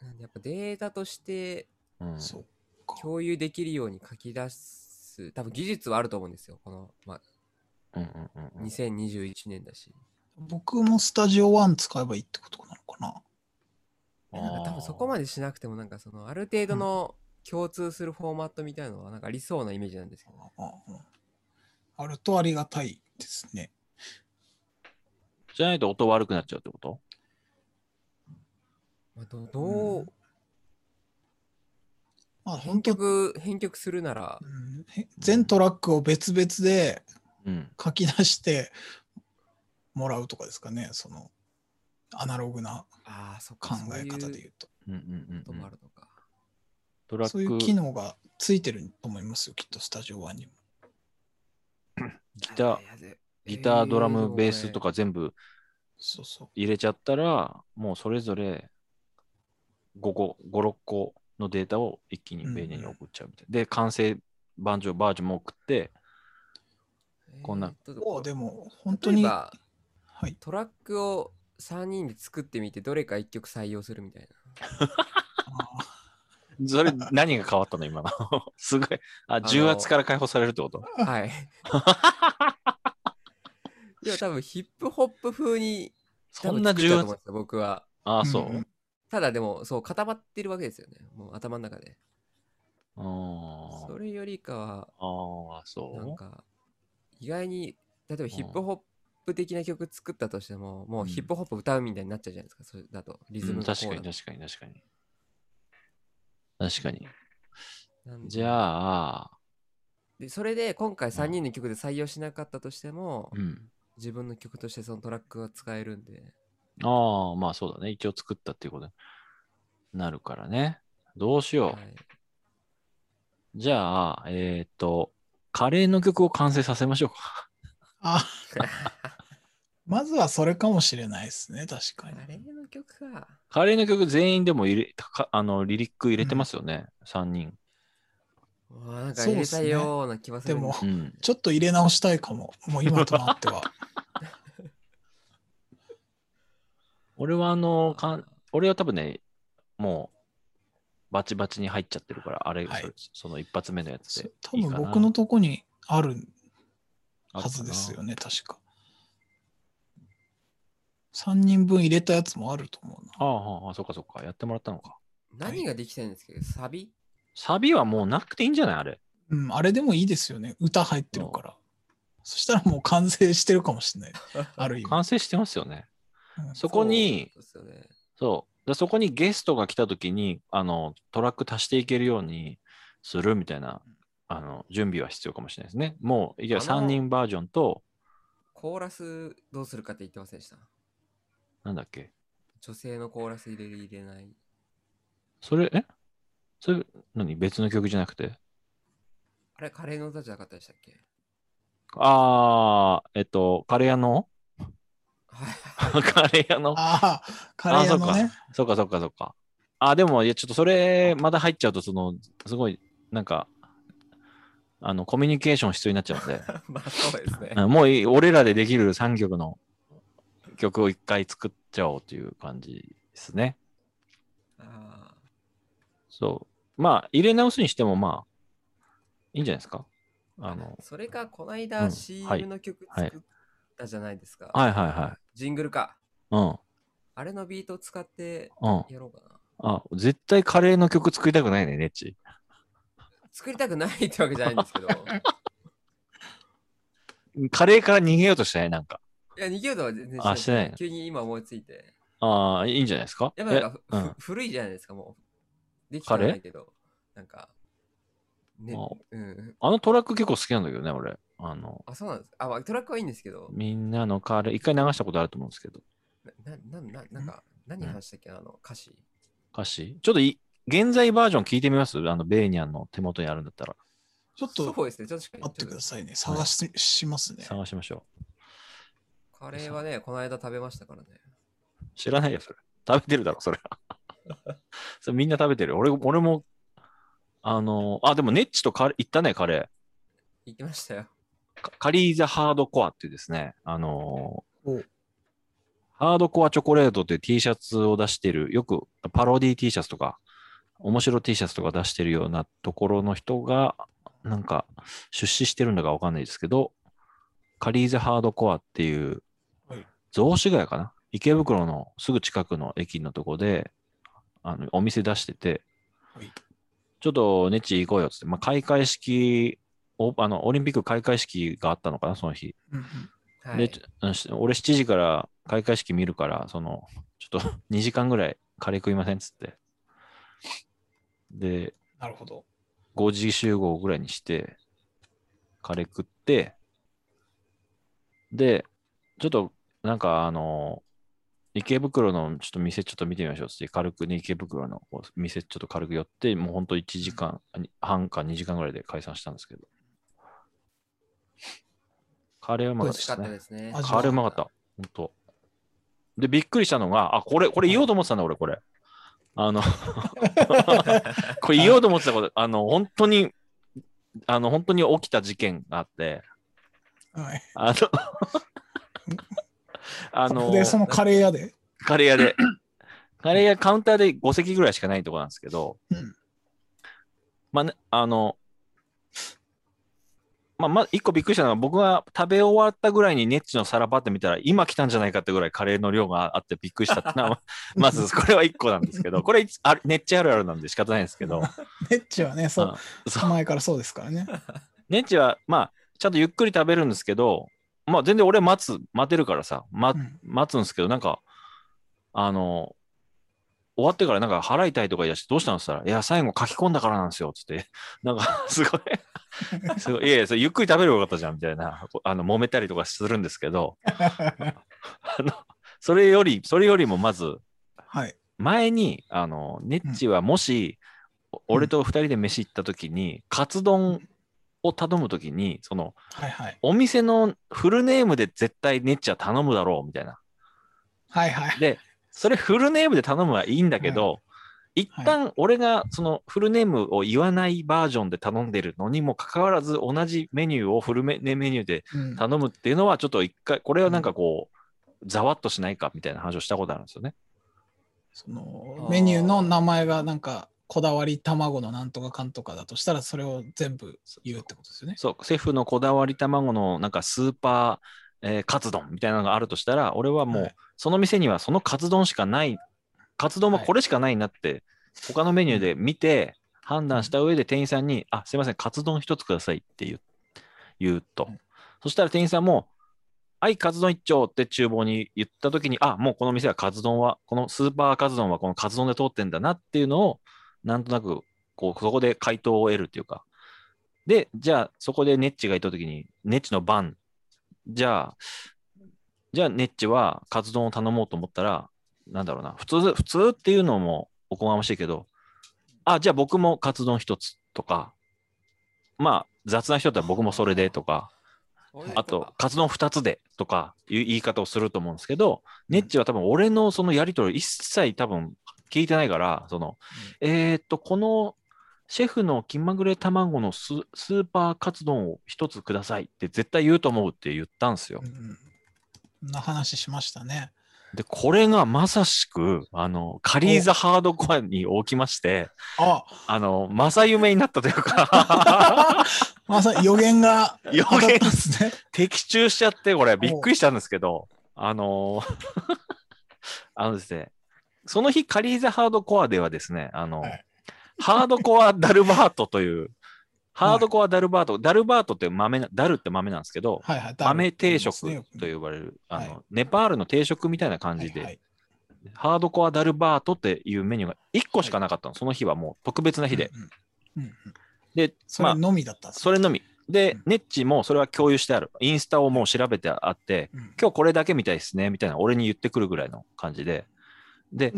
[SPEAKER 3] なんでやっぱデータとして
[SPEAKER 1] うん。
[SPEAKER 2] そっか。
[SPEAKER 3] 共有できるように書き出す、多分技術はあると思うんですよ。この、まあ、
[SPEAKER 1] うんうんうんうん。
[SPEAKER 3] 2021年だし。
[SPEAKER 2] 僕もスタジオ1使えばいいってことなのかな
[SPEAKER 3] えなんか多分そこまでしなくても、なんかその、ある程度の共通するフォーマットみたいのは、なんかありそうなイメージなんですけど。
[SPEAKER 2] あうんあるとありがたいですね。
[SPEAKER 1] じゃないと音悪くなっちゃうってこと
[SPEAKER 3] まあ、どど
[SPEAKER 2] うん
[SPEAKER 3] う、
[SPEAKER 2] まあ
[SPEAKER 3] 編
[SPEAKER 2] 本当、
[SPEAKER 3] 曲、編曲するなら
[SPEAKER 2] う、んへ全トラックを別々で
[SPEAKER 1] うん。
[SPEAKER 2] 書き出してもらうとかですかね、そのアナログな
[SPEAKER 3] ああ、そっ
[SPEAKER 2] 考
[SPEAKER 3] か。
[SPEAKER 2] え方
[SPEAKER 3] そ
[SPEAKER 2] で
[SPEAKER 3] うい
[SPEAKER 2] 言
[SPEAKER 3] う
[SPEAKER 2] うと。
[SPEAKER 1] うんうん
[SPEAKER 3] こ
[SPEAKER 1] う
[SPEAKER 3] と
[SPEAKER 1] んう
[SPEAKER 3] もあ
[SPEAKER 1] ん。
[SPEAKER 3] るのか。
[SPEAKER 1] トラ
[SPEAKER 2] そういう機
[SPEAKER 1] ック、
[SPEAKER 2] 能がついてると思いますよ、きっとスタジオ1にも。
[SPEAKER 1] ギター、
[SPEAKER 3] ー、
[SPEAKER 1] ギター、ドラ
[SPEAKER 3] え
[SPEAKER 1] ム、
[SPEAKER 3] ー
[SPEAKER 1] ベースと。か全部
[SPEAKER 2] そうそう。
[SPEAKER 1] 入れちゃったら、もうそれぞれ5個、5、6個のデータを一気にベーネに送っちゃうみたいな。で、完成バージョン、バージョンも送って、
[SPEAKER 3] えー
[SPEAKER 1] こんな
[SPEAKER 3] ちょっと
[SPEAKER 2] おでも本当
[SPEAKER 3] 例え
[SPEAKER 2] に、
[SPEAKER 3] ば
[SPEAKER 2] はい、
[SPEAKER 3] トラックを3人で作ってみてどれか1曲採用するみたいな。
[SPEAKER 2] あ
[SPEAKER 1] それ何が変わったの今 の。すごい。あ、
[SPEAKER 3] あの
[SPEAKER 1] 重圧から解放されるってこと
[SPEAKER 3] はい。いや多分ヒップホップ風に多
[SPEAKER 1] そ
[SPEAKER 3] 分
[SPEAKER 1] んな
[SPEAKER 3] 作っちゃ
[SPEAKER 1] 重
[SPEAKER 3] うと思うん
[SPEAKER 1] 圧。
[SPEAKER 3] ですよ僕は。
[SPEAKER 1] ああ、
[SPEAKER 2] ー
[SPEAKER 1] そう。
[SPEAKER 2] んん
[SPEAKER 3] ただでもそう固まってるわけですよね。もう頭の中で。
[SPEAKER 1] あ
[SPEAKER 3] それよりか
[SPEAKER 1] ー
[SPEAKER 3] は
[SPEAKER 1] あー、
[SPEAKER 3] な
[SPEAKER 1] そ
[SPEAKER 3] んか意外に例えばヒップホップ的な曲作ったとしても、もうヒップホップ歌うみたいになっちゃうじゃないですか。それだとリ
[SPEAKER 1] う。
[SPEAKER 3] ズ
[SPEAKER 1] う
[SPEAKER 3] ム
[SPEAKER 1] ん
[SPEAKER 3] が
[SPEAKER 1] 確
[SPEAKER 3] こ
[SPEAKER 1] か
[SPEAKER 3] うだと
[SPEAKER 1] に、確かに、確かに。確かに。
[SPEAKER 3] なんで
[SPEAKER 1] じゃあ、
[SPEAKER 3] でそれで今回3人の曲で採用しなかったとしても、
[SPEAKER 1] うん。
[SPEAKER 3] 自分の曲としてそのトラックが使えるんで
[SPEAKER 1] ああ、まあそうだね。一応作ったっていうことになるからね。どうし よう。
[SPEAKER 3] はい
[SPEAKER 1] じゃあ、えーっ、と、カレーの曲を完成させましょうか。
[SPEAKER 2] あまずはそれかもしれないですね、確かに。
[SPEAKER 3] あれの曲か。
[SPEAKER 1] カレーの曲全員でも入れ、かあの、リリック入れてますよね。三3人。
[SPEAKER 3] うわなんか
[SPEAKER 2] そ
[SPEAKER 3] 入
[SPEAKER 2] うっ
[SPEAKER 3] れ
[SPEAKER 2] す
[SPEAKER 3] た
[SPEAKER 2] ね
[SPEAKER 3] ような気はす
[SPEAKER 2] で
[SPEAKER 3] るん
[SPEAKER 2] も
[SPEAKER 3] す、
[SPEAKER 1] うん。
[SPEAKER 2] ちょっと入れ直したいかも、もう今となっては。
[SPEAKER 1] 俺はあの、かん俺は多分ね、もう、バチバチに入っちゃってるから、あれ、
[SPEAKER 2] はい
[SPEAKER 1] そその一発目のやつ
[SPEAKER 2] そ
[SPEAKER 1] で
[SPEAKER 2] う多分僕のとこにあるはずです。
[SPEAKER 1] いいかなあるか
[SPEAKER 2] よね、確か。3人分入れたやつもあると思うな。
[SPEAKER 1] なああああ、そっかそっか。やってもらったのか。
[SPEAKER 3] 何ができたいんですけど、サビ
[SPEAKER 1] サビはもうなくていいんじゃないあれ。
[SPEAKER 2] うん、あれでもいいですよね。歌入ってるから。そしたらもう完成してるかもしれない。ある意味。
[SPEAKER 1] 完成してますよね。
[SPEAKER 2] うん
[SPEAKER 1] そこに、
[SPEAKER 3] そうですよね。
[SPEAKER 1] そう。でそこにゲストが来たときにあの、トラック足していけるようにするみたいな、あの、準備は必要かもしれないですね。もう、いや、
[SPEAKER 3] あの
[SPEAKER 1] 3人バージョンと、
[SPEAKER 3] コーラスどうするかって言ってませんでした。
[SPEAKER 1] なんだっけ。
[SPEAKER 3] 女性のコーラス入れる入れない。
[SPEAKER 1] それ、えそれ、何別の曲じゃなくて
[SPEAKER 3] あれ、カレーの歌じゃなかったでしたっけ
[SPEAKER 1] あー、えっと、カレー屋の
[SPEAKER 3] はい。
[SPEAKER 1] カレー屋の
[SPEAKER 2] ああ、カレー屋のね。
[SPEAKER 1] そっかそっかそっか。あ、でも、いや、ちょっとそれ、まだ入っちゃうと、その、すごい、なんか、あの、コミュニケーション必要になっちゃうんで、
[SPEAKER 3] まあそうですね。
[SPEAKER 1] うんもういい、俺らでできる3曲の曲を1回作っちゃおうという感じですね。
[SPEAKER 3] あー
[SPEAKER 1] そう。まあ、入れ直すにしても、まあ、いいんじゃないですか。あの、
[SPEAKER 3] それか、この
[SPEAKER 1] う
[SPEAKER 3] 間
[SPEAKER 1] ん
[SPEAKER 3] CM の曲
[SPEAKER 1] はい
[SPEAKER 3] 作ったじゃないですか。
[SPEAKER 1] はいはいは
[SPEAKER 3] ジングルか。
[SPEAKER 1] い。
[SPEAKER 3] あれのビートを使って
[SPEAKER 1] うん、うん。
[SPEAKER 3] やろうかな。
[SPEAKER 1] あ、絶対カレーの曲作りたくないね、ネッチ。
[SPEAKER 3] 作りたくないってわけじゃないんですけど。い
[SPEAKER 1] カレーから逃げようとしてない、なんか。
[SPEAKER 3] や、逃げようとは全然
[SPEAKER 1] あしてないの
[SPEAKER 3] 急に今思いついて。
[SPEAKER 1] ああ、いいんじゃないですか。
[SPEAKER 3] やっぱなんかふ、
[SPEAKER 1] え
[SPEAKER 3] ふ
[SPEAKER 1] うん
[SPEAKER 3] 古いじゃないですか、もう。できたんだけど。なんか、ね
[SPEAKER 1] あ、
[SPEAKER 3] うん。
[SPEAKER 1] あのトラック結構好きなんだけどね、俺。あの、
[SPEAKER 3] あ、そうなんです。あ、まあトラックはいいんですけど、
[SPEAKER 1] みんなのカレー、一回流したことあると思うんですけど、
[SPEAKER 3] な、な、な、なんか、何話したっけ、あの、歌詞。
[SPEAKER 1] 歌詞。ちょっとい、現在バージョン聞いてみますあの、ベーニャンの手元にあるんだったら。
[SPEAKER 2] ちょっと
[SPEAKER 3] そうですね、ちょっと確か
[SPEAKER 2] 待
[SPEAKER 3] に
[SPEAKER 2] っ。てくだ
[SPEAKER 3] ち
[SPEAKER 2] さいね。探し,、しますね。
[SPEAKER 1] 探しましょ
[SPEAKER 3] ょっとカレーはね、この間食べましたからね。
[SPEAKER 1] う。知らないよ、それ。食べてるだろ、それ。 それみんな食べてる。俺、俺も、あの、あ、でも、ネッチとカレー、行ったね、カレ
[SPEAKER 3] 行きましたよ。
[SPEAKER 1] ー。カカリーザハードコアっていうですね、あのー
[SPEAKER 2] お
[SPEAKER 1] ハードコアチョコレートっていう T シャツを出してる、よくパロディ T シャツとか、面白 T シャツとか出してるようなところの人が、なんか出資してるんだかわかんないですけど、カリーザハードコアっていう
[SPEAKER 2] はい、
[SPEAKER 1] 雑司ヶ谷かな池袋のすぐ近くの駅のとこで、あのお店出してて、
[SPEAKER 2] はい
[SPEAKER 1] ちょっとネッチ行こうよっつって、まあ、開会式おあの、オリンピック開会式があったのかな、その日。
[SPEAKER 2] うんうん
[SPEAKER 3] は
[SPEAKER 1] で
[SPEAKER 3] い
[SPEAKER 1] ち。ょし俺7時から開会式見るから、その、ちょっと2時間ぐらいカレー食いませんっつって。で、
[SPEAKER 2] なるほど。
[SPEAKER 1] 5時集合ぐらいにして、カレー食って、で、ちょっと、なんかあの、池袋のちょっと店ちょっと見てみましょうっつって、軽くね、池袋のこう店ちょっと軽く寄って、もうほんと1時間半か2時間ぐらいで解散したんですけど。カレーはうま
[SPEAKER 3] 美
[SPEAKER 1] かった
[SPEAKER 3] 味
[SPEAKER 1] で
[SPEAKER 3] しか
[SPEAKER 1] す
[SPEAKER 3] った
[SPEAKER 1] ね
[SPEAKER 3] で。すね。
[SPEAKER 2] 味
[SPEAKER 1] カレーうまかった。ほんと。で、びっくりしたのが、あ、これ、これ言おうと思ってたんだ、俺、これ。あの、 これ言おうと思ってたこと、あの、本当に、あの、本当に起きた事件があって、
[SPEAKER 2] はい。
[SPEAKER 1] あ の、あの、
[SPEAKER 2] で、そのカレー屋で。
[SPEAKER 1] カレー屋で、カレー屋カウンターで5席ぐらいしかないとこなんですけど、
[SPEAKER 2] うん
[SPEAKER 1] まあね、あの、まあ、まあ、一個びっくりしたのは、僕が食べ終わったぐらいにネッチの皿パって見たら、今来たんじゃないかってぐらいカレーの量があってびっくりしたってのは まず、これは一個なんですけど、これ、あネッチあるあるなんで仕方ないですけど、
[SPEAKER 2] ネッチはね、そう、
[SPEAKER 1] うんそう
[SPEAKER 2] 前からそうですからね。
[SPEAKER 1] ネッチは、まあ、ちゃんとゆっくり食べるんですけど、まあ、全然俺待つ、待てるからさ、ま
[SPEAKER 2] う、ん
[SPEAKER 1] 待つんですけど、なんか、あの、終わってからなんか払いたいとか言い出して、どうしたんですったら、いや、最後書き込んだからなんですよ、つって、 なんか、すごい、すごい、いやいや、それゆっくり食べればよかったじゃん、みたいな、あの、揉めたりとかするんですけど、 あの、それより、それよりもまず、
[SPEAKER 2] はい。
[SPEAKER 1] 前に、あの、ネッチはもし、お俺と二人で飯行った時に、カツ丼を頼む時に、その、
[SPEAKER 2] はいはい。
[SPEAKER 1] お店のフルネームで絶対ネッチは頼むだろうみたいな。
[SPEAKER 2] はいはい。
[SPEAKER 1] で、それフルネームで頼むはいいんだけど、一旦俺がそのフルネームを言わないバージョンで頼んでるのにもかかわらず同じメニューをフルメメニューで
[SPEAKER 2] うん
[SPEAKER 1] 頼むっていうのはちょっと一回、これはなんかこう、ざわっとしないかみたいな話をしたことあるんですよね。
[SPEAKER 2] そ
[SPEAKER 3] あ
[SPEAKER 2] の
[SPEAKER 3] ー
[SPEAKER 2] メニューの名前がなんか、こだわり卵のなんとかかんとかだとしたら、それを全部言うってことですよね。
[SPEAKER 1] そう、セフのこだわり卵のなんかスーパー、えーカツ丼みたいなのがあるとしたら、俺はも
[SPEAKER 2] は
[SPEAKER 1] う
[SPEAKER 2] い
[SPEAKER 1] その店にはそのカツ丼しかない、カツ丼はこれしかないなって、他のメニューで見て、判断した上で店員さんに、あ、すいません、カツ丼一つくださいって言う言うと
[SPEAKER 2] はい。
[SPEAKER 1] そしたら店員さんも、はい、カツ丼一丁って厨房に言ったときに、あ、もうこの店はカツ丼は、このスーパーカツ丼はこのカツ丼で通ってんだなっていうのを、なんとなく、こう、そこで回答を得るっていうか。で、じゃあ、そこでネッチがいたときに、ネッチの番。じゃあ、じゃあ、ネッチはカツ丼を頼もうと思ったら、なんだろうな、普通、普通っていうのもおこがましいけど、あ、じゃあ僕もカツ丼一つとか、まあ、雑な人だったら僕もそれでとか、
[SPEAKER 3] そういう
[SPEAKER 1] あ、
[SPEAKER 3] こと
[SPEAKER 1] カツ丼2つでとかいう言い方をすると思うんですけど、ネッチは多分俺のそのやり取りを一切多分聞いてないから、その、えーっと、このシェフの気まぐれ卵のススーパーカツ丼を1つくださいって絶対言うと思うって言ったんですよ
[SPEAKER 2] う。んそんな話しましたね。
[SPEAKER 1] で、これがまさしく、あの、カリーザハードコアにおきまして、
[SPEAKER 2] あ
[SPEAKER 1] あの、正夢になったというか、
[SPEAKER 2] まさに予言が
[SPEAKER 1] 予言
[SPEAKER 2] 当たったんですね。
[SPEAKER 1] 的中しちゃって、これ、びっくりしたんですけど、あのー あのですね、その日、カリーザハードコアではですね、あの、
[SPEAKER 2] はい
[SPEAKER 1] ハードコアダルバートと いう、ハードコアダルバート、ダルバートって豆な、ダルって豆なんですけど、
[SPEAKER 2] はいはい。
[SPEAKER 1] 豆定食と
[SPEAKER 2] いう
[SPEAKER 1] 呼ばれる、あの、
[SPEAKER 2] は
[SPEAKER 1] ネパールの定食みたいな感じで、ハードコアダルバートっていうメニューが1個しかなかったの、その日はもう特別な日で。。
[SPEAKER 2] はいはいうんうんうんうん
[SPEAKER 1] で、
[SPEAKER 2] それのみだったんです
[SPEAKER 1] それのみ。で
[SPEAKER 2] うん、
[SPEAKER 1] ネッチもそれは共有してある。インスタをもう調べてあって、
[SPEAKER 2] うん
[SPEAKER 1] 今日これだけみたいですね、みたいな、俺に言ってくるぐらいの感じで。で、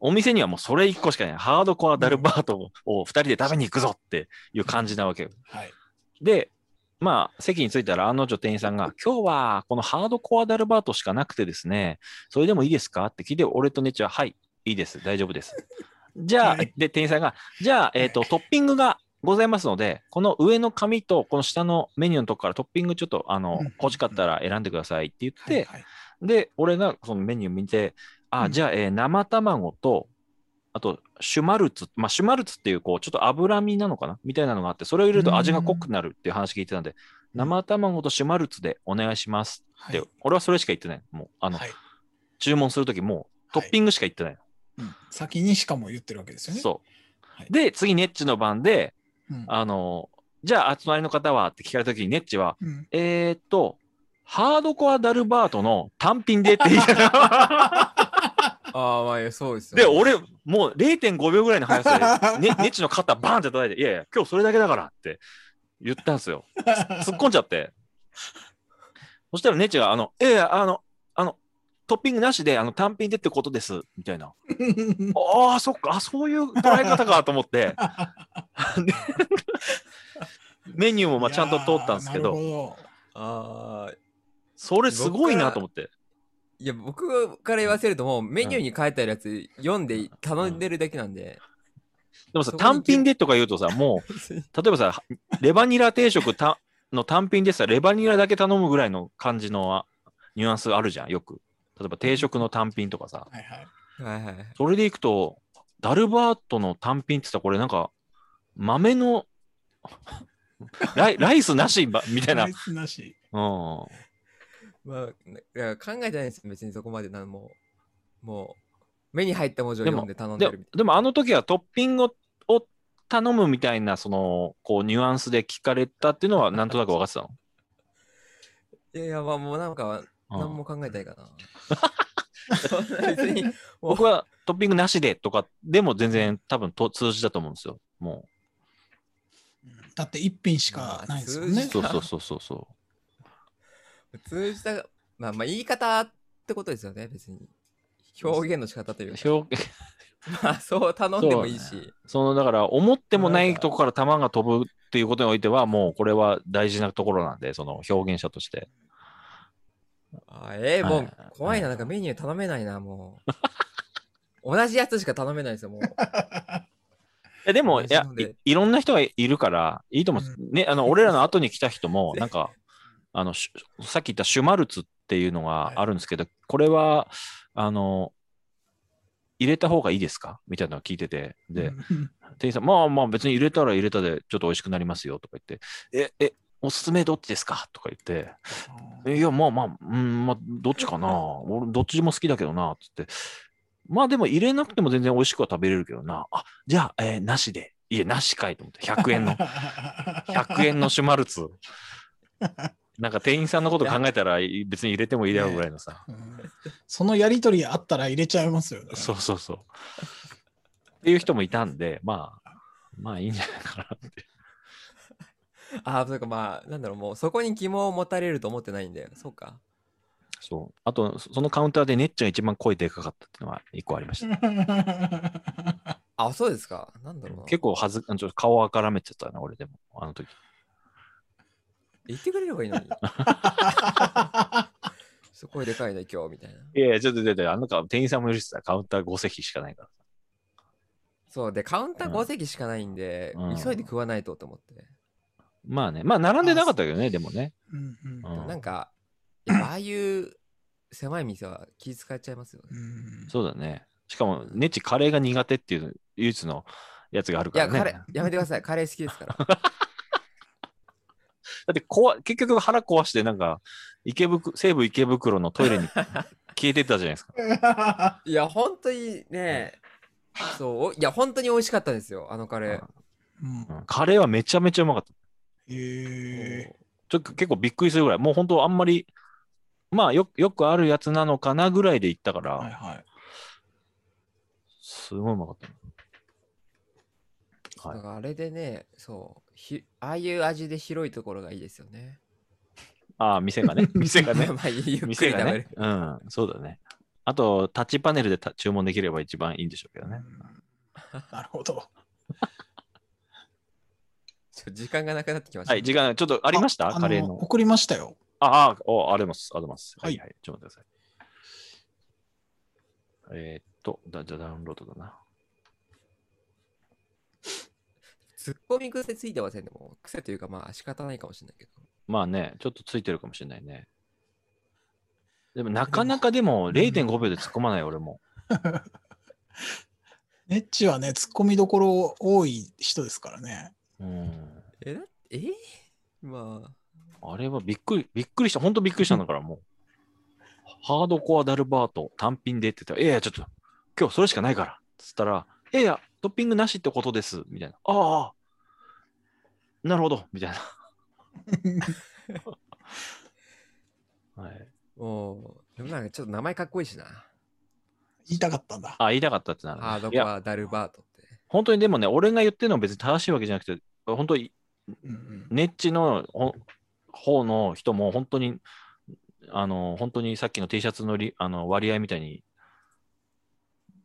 [SPEAKER 1] お店にはもうそれ1個しかない。ハードコアダルバー トを2人で食べに行くぞっていう感じなわけよ。
[SPEAKER 2] はい。
[SPEAKER 1] で、まあ、席に着いたら案の定店員さんが、今日はこのハードコアダルバートしかなくてですね、それでもいいですかって聞いて、俺とネッ チは、はい、いいです、大丈夫です。じゃあ、
[SPEAKER 2] はい
[SPEAKER 1] で、店員さんが、じゃあ、えっ、と、トッピングがございますので、この上の紙とこの下のメニューのとこからトッピングちょっとあの
[SPEAKER 2] うん
[SPEAKER 1] 欲しかったら選んでくださいって言っ
[SPEAKER 2] はい
[SPEAKER 1] て、
[SPEAKER 2] はい
[SPEAKER 1] で、俺がそのメニュー見て、あ、
[SPEAKER 2] うん
[SPEAKER 1] じゃあ、えー生卵と、あと、シュマルツ、まあ、シュマルツっていう、こう、ちょっと脂身なのかなみたいなのがあって、それを入れると味が濃くなるっていう話聞いてたんで、生卵とシュマルツでお願いしますっ
[SPEAKER 2] は
[SPEAKER 1] て、
[SPEAKER 2] い
[SPEAKER 1] 俺はそれしか言ってない。もう、あの、
[SPEAKER 2] はい
[SPEAKER 1] 注文するとき、もう、トッピングしか言ってない。
[SPEAKER 2] うん先にしかも言ってるわけですよね。
[SPEAKER 1] そう。
[SPEAKER 2] はい
[SPEAKER 1] で、次、ネッチの番で、
[SPEAKER 2] うん
[SPEAKER 1] あの、じゃあ、隣の方はって聞かれたときに、ネッチは、
[SPEAKER 2] うん
[SPEAKER 1] えー、っと、ハードコアダルバートの単品でって言いなが ら
[SPEAKER 3] ああ、まあいや、そうですよ
[SPEAKER 1] で、
[SPEAKER 3] ね。
[SPEAKER 1] 俺、もう0.5秒ぐらいの速さで、ね、ネッチの肩バーンって叩いて、いやいや、今日それだけだからって言ったんですよ。突っ込んじゃって。そしたらネッチが、あの、いやいや、あの、あの、トッピングなしで、あの、単品でってことです、みたいな。ああ、そっか、あそういう捉え方かと思って。でメニューもまあちゃんと通ったんですけ
[SPEAKER 2] い
[SPEAKER 1] ど、
[SPEAKER 2] やーなるほ
[SPEAKER 3] ああ、
[SPEAKER 1] それすごいなと思って。
[SPEAKER 3] いや、僕から言わせると、もうメニューに書いてあるやつ読んで頼んでるだけなんで。
[SPEAKER 1] でもさ、
[SPEAKER 3] そこに
[SPEAKER 1] 単品でとか言うとさ、も う、例えばさ、レバニラ定食たの単品でさ、レバニラだけ頼むぐらいの感じのあニュアンスあるじゃん、よく。例えば定食の単品とかさ。
[SPEAKER 2] どはいはい。
[SPEAKER 3] はいはい。
[SPEAKER 1] それでいくと、ダルバートの単品ってさ、これなんか、豆の、 ライライスなしばみたいな。
[SPEAKER 2] ナ
[SPEAKER 1] う
[SPEAKER 2] イスなし。
[SPEAKER 1] ん。
[SPEAKER 3] まあ、だから考えてないです別にそこまでなんもう、もう、目に入った文字を
[SPEAKER 1] でも
[SPEAKER 3] 読んで頼んで
[SPEAKER 1] で
[SPEAKER 3] るみたい
[SPEAKER 1] でもあの時はトッピングをを頼むみたいな、その、こう、ニュアンスで聞かれたっていうのは、なんとなく分かってたの。
[SPEAKER 3] な。いやいや、まあもうなんか、
[SPEAKER 1] うん
[SPEAKER 3] 何も考えたいかな。そんな別に、もう
[SPEAKER 1] 僕はトッピングなしでとかでも全然多分と通じだと思うんですよ。も
[SPEAKER 2] うんだって一品しかないですもん
[SPEAKER 1] う。
[SPEAKER 2] ね。
[SPEAKER 1] そうそうそうそうそ
[SPEAKER 3] 通じた、まあまあ言い方ってことですよね、別に。表現の仕方という
[SPEAKER 1] う。
[SPEAKER 3] か、
[SPEAKER 1] 表現
[SPEAKER 3] まあそう頼んでもいいし。
[SPEAKER 1] そのだから思ってもないとこから球が飛ぶっていうことにおいてはもうこれは大事なところなんで、その表現者として。
[SPEAKER 3] あええも
[SPEAKER 1] は
[SPEAKER 3] う
[SPEAKER 1] い
[SPEAKER 3] 怖いな、
[SPEAKER 1] は
[SPEAKER 3] ないんかメニュー頼めないな、もう。同じやつしか頼めないですよ、もう。
[SPEAKER 1] えでも、い
[SPEAKER 3] 同じ
[SPEAKER 1] や
[SPEAKER 3] ので
[SPEAKER 1] い、いろんな人がいるから、いいと思う。
[SPEAKER 2] う
[SPEAKER 1] ね、あの、俺らの後に来た人も、なんか、あの、しさっき言ったシュマルツっていうのがあるんですけど、これは、あの、入れた方がいいですかみたいなのを聞いてて、で、
[SPEAKER 2] うん、
[SPEAKER 1] 店員さん、まあまあ別に入れたら入れたでちょっと美味しくなりますよとか言って、え、え、おすすめどっちですかとか言って、えいや、まあまあ、うん、まあ、どっちかな。俺、どっちも好きだけどな、つって。まあでも入れなくても全然美味しくは食べれるけどな。あ、じゃあ、えーなしで。いや、なしかいと思って、100円の 100円のシュマルツ。なんか店員さんのこと考えたら別に入れてもいいだろうぐらいのさ。
[SPEAKER 2] うんそのやりとりあったら入れちゃいますよね。
[SPEAKER 1] そうそうそう。っていう人もいたんで、まあ、まあいいんじゃないかなって。
[SPEAKER 3] ああ、そうか、まあ、なんだろう、もうそこに疑問を持たれると思ってないんだよ。そうか。
[SPEAKER 1] そう。あと、そそのカウンターでネッチが一番声でかかったっていうのは一個ありました。
[SPEAKER 3] あ、そうですか。なんだろうな。
[SPEAKER 1] 結構はず、ちょっと顔をあからめてたな、俺でも、あの時。
[SPEAKER 3] 言ってくれればいいの に。すごいでかいね、今日、みたいな。
[SPEAKER 1] いやいや、ちょっと、ちょっと、あのか店員さんもいるしさ、カウンター5席しかないから。
[SPEAKER 3] そう、で、カウンター
[SPEAKER 1] うん
[SPEAKER 3] 5席しかないんで、
[SPEAKER 1] うん
[SPEAKER 3] 急いで食わないとと思って。
[SPEAKER 1] まあね、まあ、並んでなかったけどね、でもね。
[SPEAKER 2] うんうん
[SPEAKER 1] うん
[SPEAKER 3] なんか、やっぱああいう狭い店は気遣っちゃいま すよね。
[SPEAKER 2] うん
[SPEAKER 1] そうだね。しかも、ネッチカレーが苦手っていう唯一のやつがある
[SPEAKER 3] い
[SPEAKER 1] か
[SPEAKER 3] や、
[SPEAKER 1] らね。
[SPEAKER 3] カレー、やめてください。カレー好きです から。
[SPEAKER 1] だってこわ、結局腹壊して、なんか、池袋、西武池袋のトイレに消えてったじゃないですか。
[SPEAKER 3] いや、本当にね、そう、おいや、本当に美味しかったですよ、あのカレー。
[SPEAKER 2] うん
[SPEAKER 1] うんカレーはめちゃめちゃうまかった。
[SPEAKER 2] へえ
[SPEAKER 1] ちょっと結構びっくりするぐらい、もう本当あんまり、まあよよくあるやつなのかなぐらいで行ったから、
[SPEAKER 2] はいはい。
[SPEAKER 1] すごいうまかった。はい
[SPEAKER 3] だからあれでね、そう、ひああいう味で広いところがいいですよね。
[SPEAKER 1] ああ、店がね、店がね
[SPEAKER 3] ま、あ、ゆっくり食べ
[SPEAKER 1] 店が
[SPEAKER 3] る
[SPEAKER 1] ね。、うん、そうだね。あと、タッチパネルでた注文できれば一番いいんでしょうけどね。
[SPEAKER 2] なるほど。
[SPEAKER 3] ちょ時間がなくなってきました。
[SPEAKER 1] はい、時間、ちょっとありました
[SPEAKER 2] あ
[SPEAKER 1] カレー
[SPEAKER 2] あの
[SPEAKER 1] の。
[SPEAKER 2] 送りましたよ。
[SPEAKER 1] ああ、おあります、あります。は
[SPEAKER 2] はい
[SPEAKER 1] い、はい、ちょっと待ってください。えーっと、だじゃあダウンロードだな。
[SPEAKER 3] すツッコミ癖ついてませんでも、癖というかまあ仕方ないかもしれないけど。
[SPEAKER 1] まあね、ちょっとついてるかもしれないね。でもなかなかでも0.5秒で突っ込まない、俺も。
[SPEAKER 2] ネッチはね、突っ込みどころ多い人ですからね。
[SPEAKER 1] うん。
[SPEAKER 3] え、だえーまあ。
[SPEAKER 1] あれはびっくり、びっくりした。ほんとびっくりしたんだから、もう。ハードコアダルバート単品でって言ったら、いやいや、ちょっと、今日それしかないから。つったら、いやいや、トッピングなしってことです。みたいな。ああああ、なるほど。みた いな。はい、
[SPEAKER 3] おーでもなんかちょっと名前かっこいいしな。
[SPEAKER 2] 言いたかったんだ。
[SPEAKER 1] あ、言いたかったってなる、
[SPEAKER 3] ハード
[SPEAKER 1] い
[SPEAKER 3] コ
[SPEAKER 1] や、
[SPEAKER 3] ア、ダルバートって。、
[SPEAKER 1] 本当にでもね、俺が言ってるのは別に正しいわけじゃなくて、本当に
[SPEAKER 2] うんうん
[SPEAKER 1] ネッチのほ方の人も本当に、あの、本当にさっきの T シャツのりあの割合みたいに、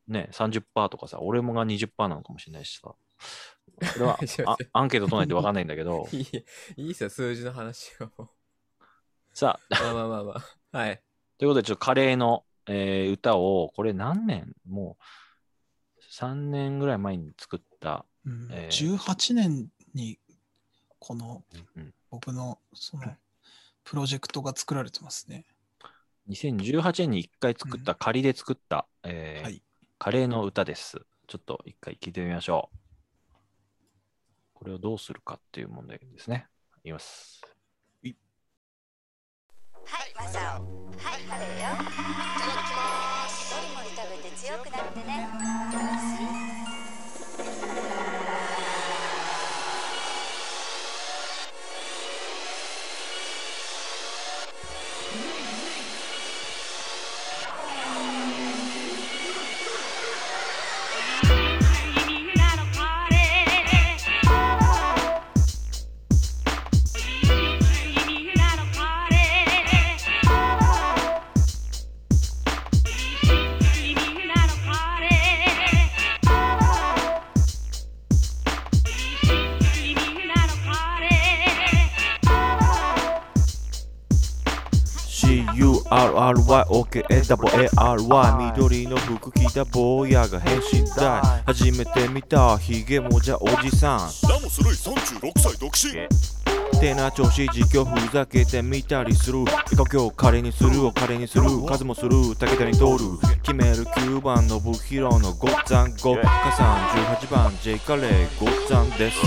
[SPEAKER 1] ね、30%とかさ、俺もが20%なのかもしれないしさ。これはあアンケート取らないと分かんないんだけど
[SPEAKER 3] いい、いいっすよ、数字の話を。
[SPEAKER 1] さあ、
[SPEAKER 3] まあまあまあまあ。はい。
[SPEAKER 1] ということで、ちょっとカレーの、えー歌を、これ何年もう3年ぐらい前に作った、
[SPEAKER 2] うん
[SPEAKER 1] えー
[SPEAKER 2] 18年にこの
[SPEAKER 1] うん
[SPEAKER 2] 僕のそのプロジェクトが作られてますね。
[SPEAKER 1] 2018年に1回作った、仮で作った、えー
[SPEAKER 2] はい
[SPEAKER 1] カレーの歌です。ちょっと一回聞いてみましょう。これをどうするかっていう問題ですね。いきます。
[SPEAKER 4] はい、マサオ。はい、カレーよ。いただきます。もりもり食べて強くなってね。
[SPEAKER 5] CURRYOKSWARY 緑の服着た坊やが変身だ初めて見たヒゲもじゃおじさん
[SPEAKER 6] ラモスルイ36歳独身
[SPEAKER 5] てな調子実況ふざけてみたりする絵描きを彼にするを彼にする数もする武田に通る決める9番のブヒロのごっつぁんごっかさん18番 J カレーごっつぁんです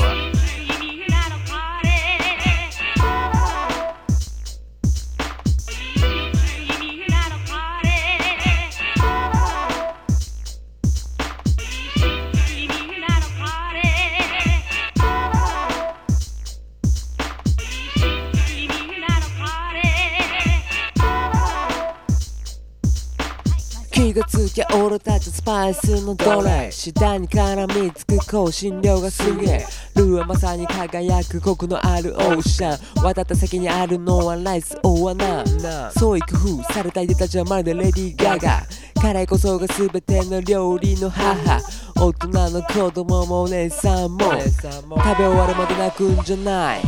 [SPEAKER 7] 気がつきゃ俺たちスパイスの奴隷次第に絡みつく香辛料がすげえルーはまさに輝くコクのあるオーシャン渡った先にあるのはライスオーアナ創意工夫されたいでたちはまるでレディー・ガガカレーこそが全ての料理の母大人の子供もお姉さんも食べ終わるまで泣くんじゃない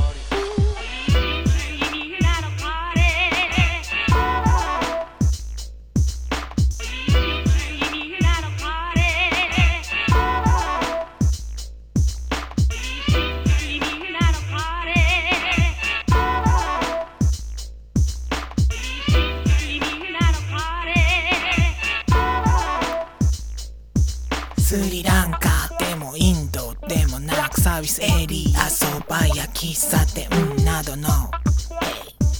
[SPEAKER 8] スリランカでもインドでもなくサービスエリアそばや喫茶店などの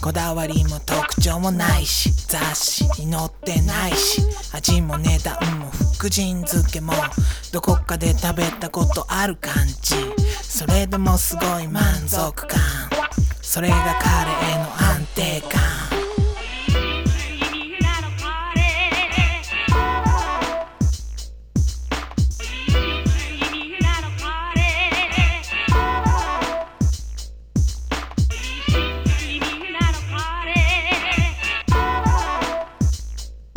[SPEAKER 8] こだわりも特徴もないし雑誌に載ってないし味も値段も福神漬けもどこかで食べたことある感じそれでもすごい満足感それがカレーの安定感
[SPEAKER 1] はい。ということで
[SPEAKER 3] はあ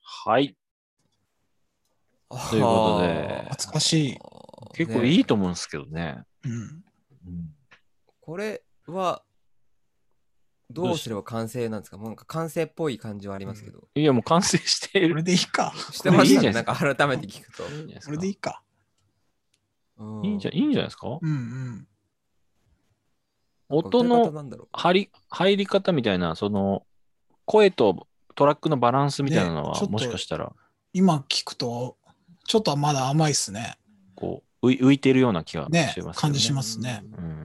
[SPEAKER 2] 懐かしい。
[SPEAKER 1] 結構いいと思うんですけどね。
[SPEAKER 2] うん。
[SPEAKER 1] うん
[SPEAKER 3] これは、どうすれば完成なんですかもうなんか完成っぽい感じはありますけど。
[SPEAKER 1] いや、もう完成してい
[SPEAKER 2] こ
[SPEAKER 1] る。
[SPEAKER 2] れでいいか。
[SPEAKER 3] してま
[SPEAKER 1] い
[SPEAKER 3] した
[SPEAKER 1] い
[SPEAKER 3] ね。
[SPEAKER 1] じゃ
[SPEAKER 3] なんんか改めて聞くと。
[SPEAKER 1] いいんじゃないですか
[SPEAKER 2] これでいいか。
[SPEAKER 3] う
[SPEAKER 1] いいんじゃいいんじゃないですか
[SPEAKER 2] うんうん。
[SPEAKER 1] 音
[SPEAKER 3] 歌い方
[SPEAKER 1] の
[SPEAKER 3] なんだろ
[SPEAKER 1] 張り入り方みたいな、その声とトラックのバランスみたいなの
[SPEAKER 2] ね
[SPEAKER 1] は、
[SPEAKER 2] ちょっと
[SPEAKER 1] もしかしたら
[SPEAKER 2] 今聞くと、ちょっとまだ甘いっすね。
[SPEAKER 1] こう浮い浮いてるような気がします
[SPEAKER 2] ね
[SPEAKER 1] けどね。
[SPEAKER 2] 感じし
[SPEAKER 3] う
[SPEAKER 2] ますね。
[SPEAKER 1] うん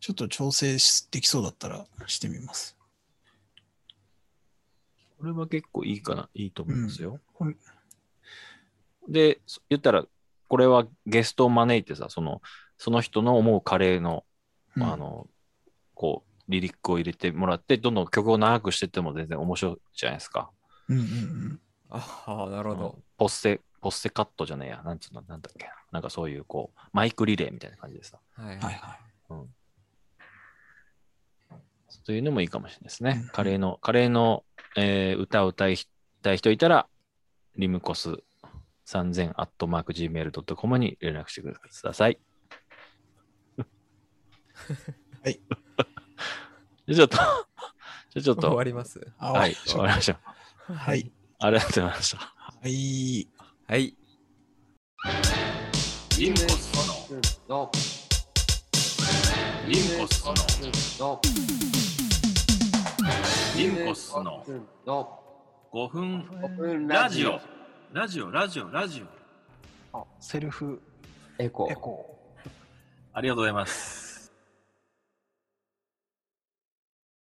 [SPEAKER 2] ちょっと調整しできそうだったらしてみます。
[SPEAKER 1] これは結構いいかな、いいと思いますよ。
[SPEAKER 2] これ
[SPEAKER 1] で、そ言ったら、これはゲストを招いてさ、そのその人の思うカレーの,、
[SPEAKER 2] うん
[SPEAKER 1] あのこうリリックを入れてもらって、どんどん曲を長くしてっても全然面白いじゃないですか。
[SPEAKER 2] うんうんうん。
[SPEAKER 3] ああ、なるほど。
[SPEAKER 1] ポッセ、ポッセカットじゃねえや、なんつうの、なんだっけな、なんかそういうこう、マイクリレーみたいな感じでさ、
[SPEAKER 3] はい
[SPEAKER 2] はいは
[SPEAKER 1] というのもいいかもしれないですね。
[SPEAKER 2] うん
[SPEAKER 1] カレーの、カレーの、えー歌を歌いたい人いたら、リムコス3000 gmail.com に連絡してください。
[SPEAKER 2] はい。
[SPEAKER 1] じゃあちょっと、じゃあちょっ
[SPEAKER 3] 終わ
[SPEAKER 1] と、
[SPEAKER 3] ります。
[SPEAKER 2] い。
[SPEAKER 1] はい、
[SPEAKER 2] あ
[SPEAKER 1] 終わりましょう。
[SPEAKER 2] は。い。
[SPEAKER 1] ありがとうございました。
[SPEAKER 2] はい。
[SPEAKER 3] はい。
[SPEAKER 6] リムコス
[SPEAKER 3] の、
[SPEAKER 6] リムコスの
[SPEAKER 3] の、
[SPEAKER 6] リムコスの
[SPEAKER 3] の、
[SPEAKER 6] 5分ラジオラジオラジオラジオ
[SPEAKER 2] セルフ
[SPEAKER 3] エコ
[SPEAKER 2] エコー。
[SPEAKER 6] ありがとうございます